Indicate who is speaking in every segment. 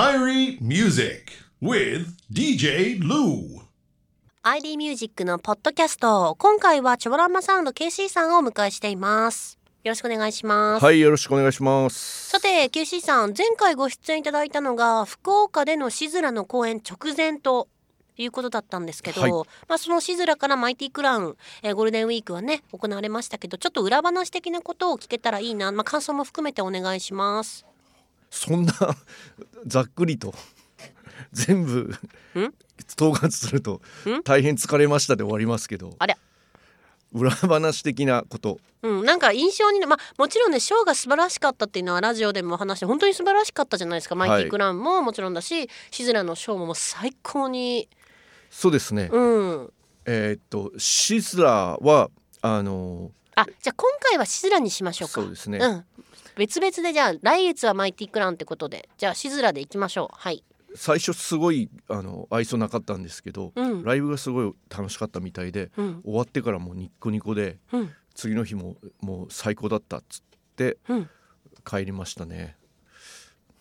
Speaker 1: Irie Music with DJ Lou.
Speaker 2: ID ミュージックのポッドキャスト今回はチョボランマサウンド KC さんをお迎えしていますよろしくお願いします、
Speaker 3: はい、よろしくお願いします。
Speaker 2: さて KC さん前回ご出演いただいたのが福岡でのシズラの公演直前ということだったんですけど、
Speaker 3: はい
Speaker 2: まあそのシズラからマイティクラウン、えーゴールデンウィークはね行われましたけどちょっと裏話的なことを聞けたらいいなまあ感想も含めてお願いします
Speaker 3: そんな ざっくりと 全部統括すると大変疲れましたで終わりますけど、
Speaker 2: あれ
Speaker 3: 裏話的なこと。
Speaker 2: うん、なんか印象にまあもちろんねショーが素晴らしかったっていうのはラジオでもお話して本当に素晴らしかったじゃないですか、マイティクラウンももちろんだしシズラのショーももう最高に
Speaker 3: そうですね。
Speaker 2: うん
Speaker 3: えーっとシズラはあの
Speaker 2: あじゃあ今回はシズラにしましょうか
Speaker 3: そうですね
Speaker 2: うん、別々でじゃあ来月はマイティクラウンってことでじゃあシズラでいきましょうはい
Speaker 3: 最初すごいあの愛想なかったんですけど、
Speaker 2: うん
Speaker 3: ライブがすごい楽しかったみたいで、
Speaker 2: うん
Speaker 3: 終わってからもうニッコニコで
Speaker 2: うん
Speaker 3: 次の日ももう最高だったっつって
Speaker 2: うん
Speaker 3: 帰りましたね。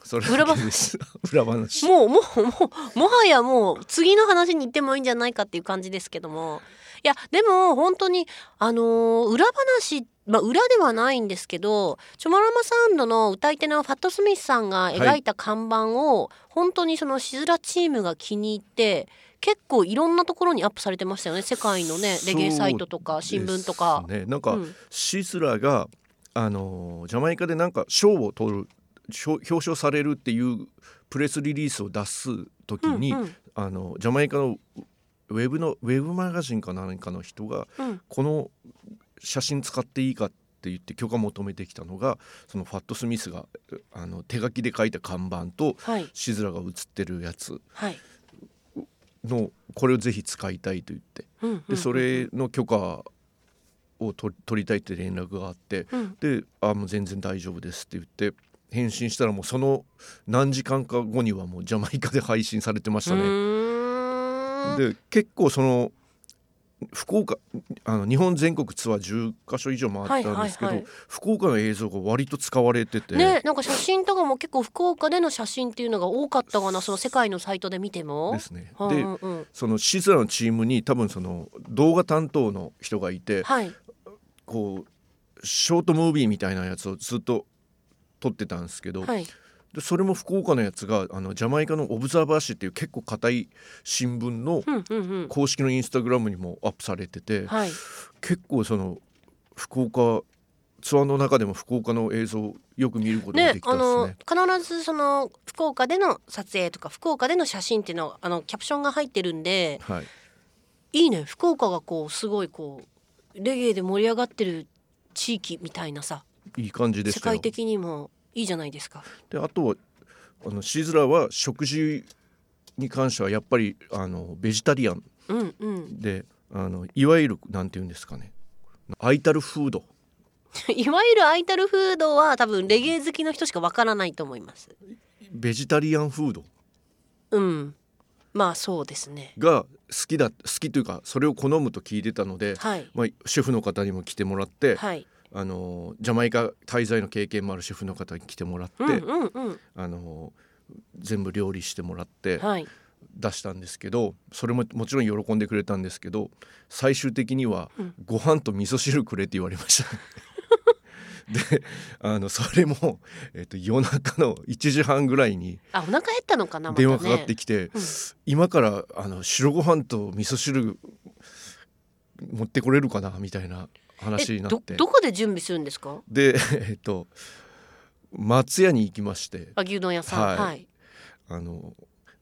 Speaker 3: それ
Speaker 2: 裏
Speaker 3: だけ
Speaker 2: 話
Speaker 3: です 裏話。
Speaker 2: もうもうもうもはやもう次の話に行ってもいいんじゃないかっていう感じですけどもいやでも本当にあのー裏話まあ裏ではないんですけどチョマラマサウンドの歌い手のファット・スミスさんが描いた看板を本当にそのしずらチームが気に入って結構いろんなところにアップされてましたよね世界のねレゲエサイトとか新聞とか
Speaker 3: そう。ですね、なんか、
Speaker 2: うん
Speaker 3: シスラーがあのージャマイカでなんか賞を取る賞表彰されるっていうプレスリリースを出す時に、
Speaker 2: うんうん
Speaker 3: あのジャマイカのウェブのウェブマガジンか何かの人が
Speaker 2: うん
Speaker 3: この写真使っていいかって言って許可求めてきたのがそのファット・スミスがあの手書きで書いた看板と
Speaker 2: はい
Speaker 3: シズラが写ってるやつ
Speaker 2: はい
Speaker 3: のこれをぜひ使いたいと言って
Speaker 2: うんうん
Speaker 3: でそれの許可を取り取りたいって連絡があって、
Speaker 2: うん
Speaker 3: で「あもう全然大丈夫です」って言って返信したらもうその何時間か後にはもうジャマイカで配信されてまし
Speaker 2: う
Speaker 3: たね。
Speaker 2: ーん
Speaker 3: で結構その福岡あの日本全国ツアー10カ所以上回ったんですけど、
Speaker 2: はいはいはい
Speaker 3: 福岡の映像が割と使われてて、
Speaker 2: ね、なんか写真とかも結構福岡での写真っていうのが多かったかなその世界のサイトで見ても。
Speaker 3: ですね。
Speaker 2: うん
Speaker 3: で
Speaker 2: うんうん
Speaker 3: そのシズラのチームに多分その動画担当の人がいて、
Speaker 2: はい、
Speaker 3: こうショートムービーみたいなやつをずっと撮ってたんですけど、
Speaker 2: はい、
Speaker 3: でそれも福岡のやつがあのジャマイカの「オブザーバー誌」っていう結構硬い新聞の
Speaker 2: うんうんうん、
Speaker 3: 公式のインスタグラムにもアップされてて、
Speaker 2: はい、
Speaker 3: 結構その福岡ツアーの中でも福岡の映像をよく見ることがで
Speaker 2: ね
Speaker 3: きた
Speaker 2: あ
Speaker 3: ですね。
Speaker 2: の必ずその福岡での撮影とか福岡での写真っていうのはあのキャプションが入ってるんで
Speaker 3: はい、
Speaker 2: いいね福岡がこうすごいこうレゲエで盛り上がってる地域みたいなさ
Speaker 3: いい感じで
Speaker 2: 世
Speaker 3: したよ
Speaker 2: 界。的にもいいじゃないですか。
Speaker 3: であとはあのシズラは食事に関してはやっぱりあのベジタリアン
Speaker 2: うんうん、
Speaker 3: であのいわゆるなんて言うんですかねアイタルフード
Speaker 2: いわゆるアイタルフードは多分レゲエ好きの人しかわからないと思います。
Speaker 3: ベジタリアンフード
Speaker 2: うん、まあそうですね。
Speaker 3: が好きだ好きというかそれを好むと聞いてたので、
Speaker 2: はい。
Speaker 3: まあ、シェフの方にも来てもらって、
Speaker 2: はい。
Speaker 3: あのジャマイカ滞在の経験もあるシェフの方に来てもらって、
Speaker 2: うんうんうん。
Speaker 3: あの全部料理してもらって
Speaker 2: はい。
Speaker 3: 出したんですけどそれももちろん喜んでくれたんですけど最終的にはご飯と味噌汁くれって言われました。 であのそれも、えっと、夜中の1時半ぐらいに
Speaker 2: あ、お腹減ったのかな。またね
Speaker 3: 電話かかってきて、今からあの白ご飯と味噌汁持ってこれるかなみたいな話
Speaker 2: え、
Speaker 3: になっ
Speaker 2: ど、
Speaker 3: て
Speaker 2: どこで準備するんですか。
Speaker 3: でえっと松屋に行きまして
Speaker 2: あ、牛丼屋さん。は。
Speaker 3: はいいあの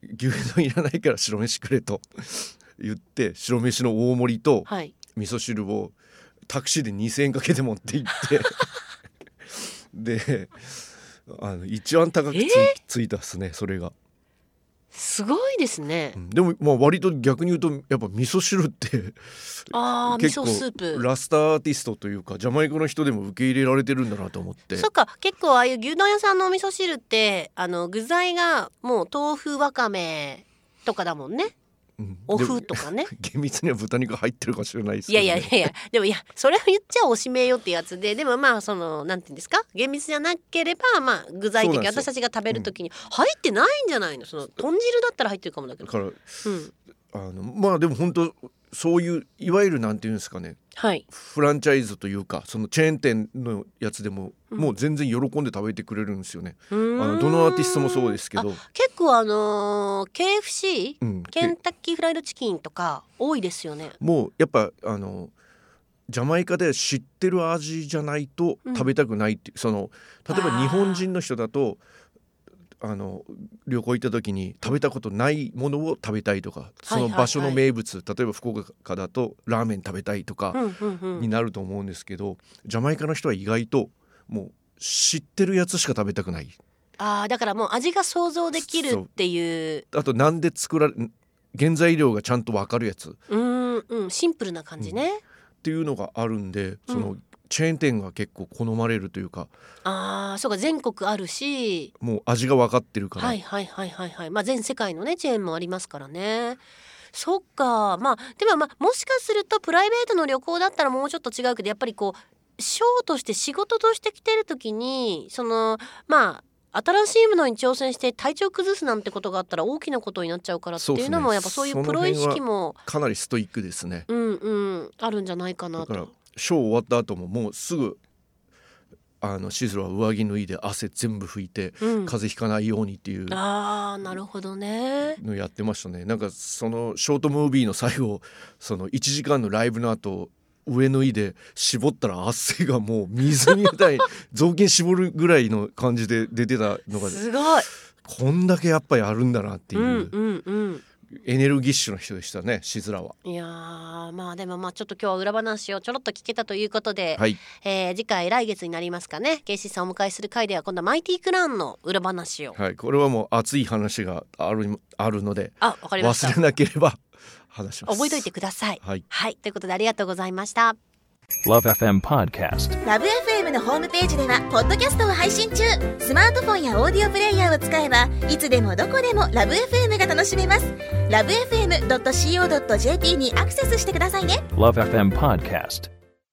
Speaker 3: 牛丼いらないから白飯くれと言って白飯の大盛りと
Speaker 2: はい。
Speaker 3: 味噌汁をタクシーで2,000円かけて持って 行ってであの一番高くつ,、
Speaker 2: えー
Speaker 3: ついたっすねそれが。
Speaker 2: すごいですね
Speaker 3: う。んでもまあ割と逆に言うとやっぱ味噌汁って
Speaker 2: ああ、味
Speaker 3: 結
Speaker 2: 噌
Speaker 3: 構
Speaker 2: スープ。
Speaker 3: ラスターアーティストというかジャマイカの人でも受け入れられてるんだなと思って
Speaker 2: そっか結構ああいう牛丼屋さんのお味噌汁ってあの具材がもう豆腐わかめとかだもんね
Speaker 3: うん
Speaker 2: お
Speaker 3: でも
Speaker 2: ふとかね
Speaker 3: 厳密には豚肉入ってるかもしれないです
Speaker 2: い
Speaker 3: けど
Speaker 2: や
Speaker 3: ね
Speaker 2: いやいやいやでもいやそれを言っちゃおしめよってやつででもまあそのなんていうんですか厳密じゃなければまあ具材
Speaker 3: そう
Speaker 2: 的
Speaker 3: なんですよ
Speaker 2: 私たちが食べるときに入ってないんじゃないのその豚汁だったら入ってるかもだけ
Speaker 3: だ
Speaker 2: ど、
Speaker 3: から
Speaker 2: うん、
Speaker 3: あのまあでも本当そういういわゆるなんていうんですかね
Speaker 2: はい
Speaker 3: フランチャイズというかそのチェーン店のやつでも、
Speaker 2: うん
Speaker 3: もう全然喜んで食べてくれるんですよね。
Speaker 2: あ
Speaker 3: あのどのアーティストもそうですけ
Speaker 2: あ
Speaker 3: ど、
Speaker 2: 結構あのー KFC
Speaker 3: うん、
Speaker 2: ケン
Speaker 3: け
Speaker 2: タッキーフライドチキンとか多いですよね
Speaker 3: もうやっぱあのジャマイカで知ってる味じゃないと
Speaker 2: うん
Speaker 3: 食べたくないっていう、その例え
Speaker 2: あー
Speaker 3: ば日本人の人だとあの旅行行った時に食べたことないものを食べたいとかそ
Speaker 2: は
Speaker 3: の
Speaker 2: いはいはい
Speaker 3: 場所の名物、例えば福岡だとラーメン食べたいとか、
Speaker 2: うんうんう
Speaker 3: に
Speaker 2: ん
Speaker 3: なると思うんですけど、ジャマイカの人は意外ともう知ってるやつしか食べたくない
Speaker 2: ああだからもう味が想像できるっていう
Speaker 3: あとなんで作られ原材料がちゃんと分かるやつっ
Speaker 2: うーんうんシンプルな感じね、
Speaker 3: ていうのがあるんでその、
Speaker 2: う
Speaker 3: チェーン店が結構好まれるというか
Speaker 2: ああそうか全国あるし
Speaker 3: もう味が分かってるから、
Speaker 2: はいはいはいはいはいまあ全世界のねチェーンもありますからねそっかまあでもまあもしかするとプライベートの旅行だったらもうちょっと違うけどやっぱりこうショーとして仕事として来てる時にそのまあ新しいものに挑戦して体調崩すなんてことがあったら大きなことになっちゃうからって
Speaker 3: そう
Speaker 2: い
Speaker 3: で
Speaker 2: う
Speaker 3: すね
Speaker 2: のもやっぱそういうプロ意識も
Speaker 3: かなりストイックですね。
Speaker 2: うんうんあるんじゃないかな
Speaker 3: だから
Speaker 2: と。
Speaker 3: ショー終わった後ももうすぐあのシズラは上着脱いで汗全部拭い
Speaker 2: う
Speaker 3: て
Speaker 2: ん、
Speaker 3: 風邪ひかないようにっていう
Speaker 2: あーなるほどね。
Speaker 3: のやってましたねなんかそのショートムービーの最後その1時間のライブの後上脱いで絞ったら汗がもう水み たい雑巾絞るぐらいの感じで出てたのが
Speaker 2: すごい。
Speaker 3: こんだけやっぱりあるんだなっていううん
Speaker 2: うんうん。
Speaker 3: エネルギッシュな人でしたねシズラは。
Speaker 2: いやーまあでもまあちょっと今日は裏話をちょろっと聞けたということで、
Speaker 3: はい
Speaker 2: えー次回来月になりますかねケイシーさんをお迎えする回では今度はマイティクラウンの裏話を
Speaker 3: はい、これはもう熱い話があるあるので
Speaker 2: あわかりました
Speaker 3: 忘れなければ話します。
Speaker 2: 覚えといてください
Speaker 3: はい
Speaker 2: はいということでありがとうございました
Speaker 4: Love FM Podcast.
Speaker 5: ラブ f m のホームページではポッドキャストを配信中スマートフォンやオーディオプレイヤーを使えばいつでもどこでもラブ f m が楽しめますラブ FM.co.jp にアクセスしてくださいね
Speaker 4: Love FM Podcast.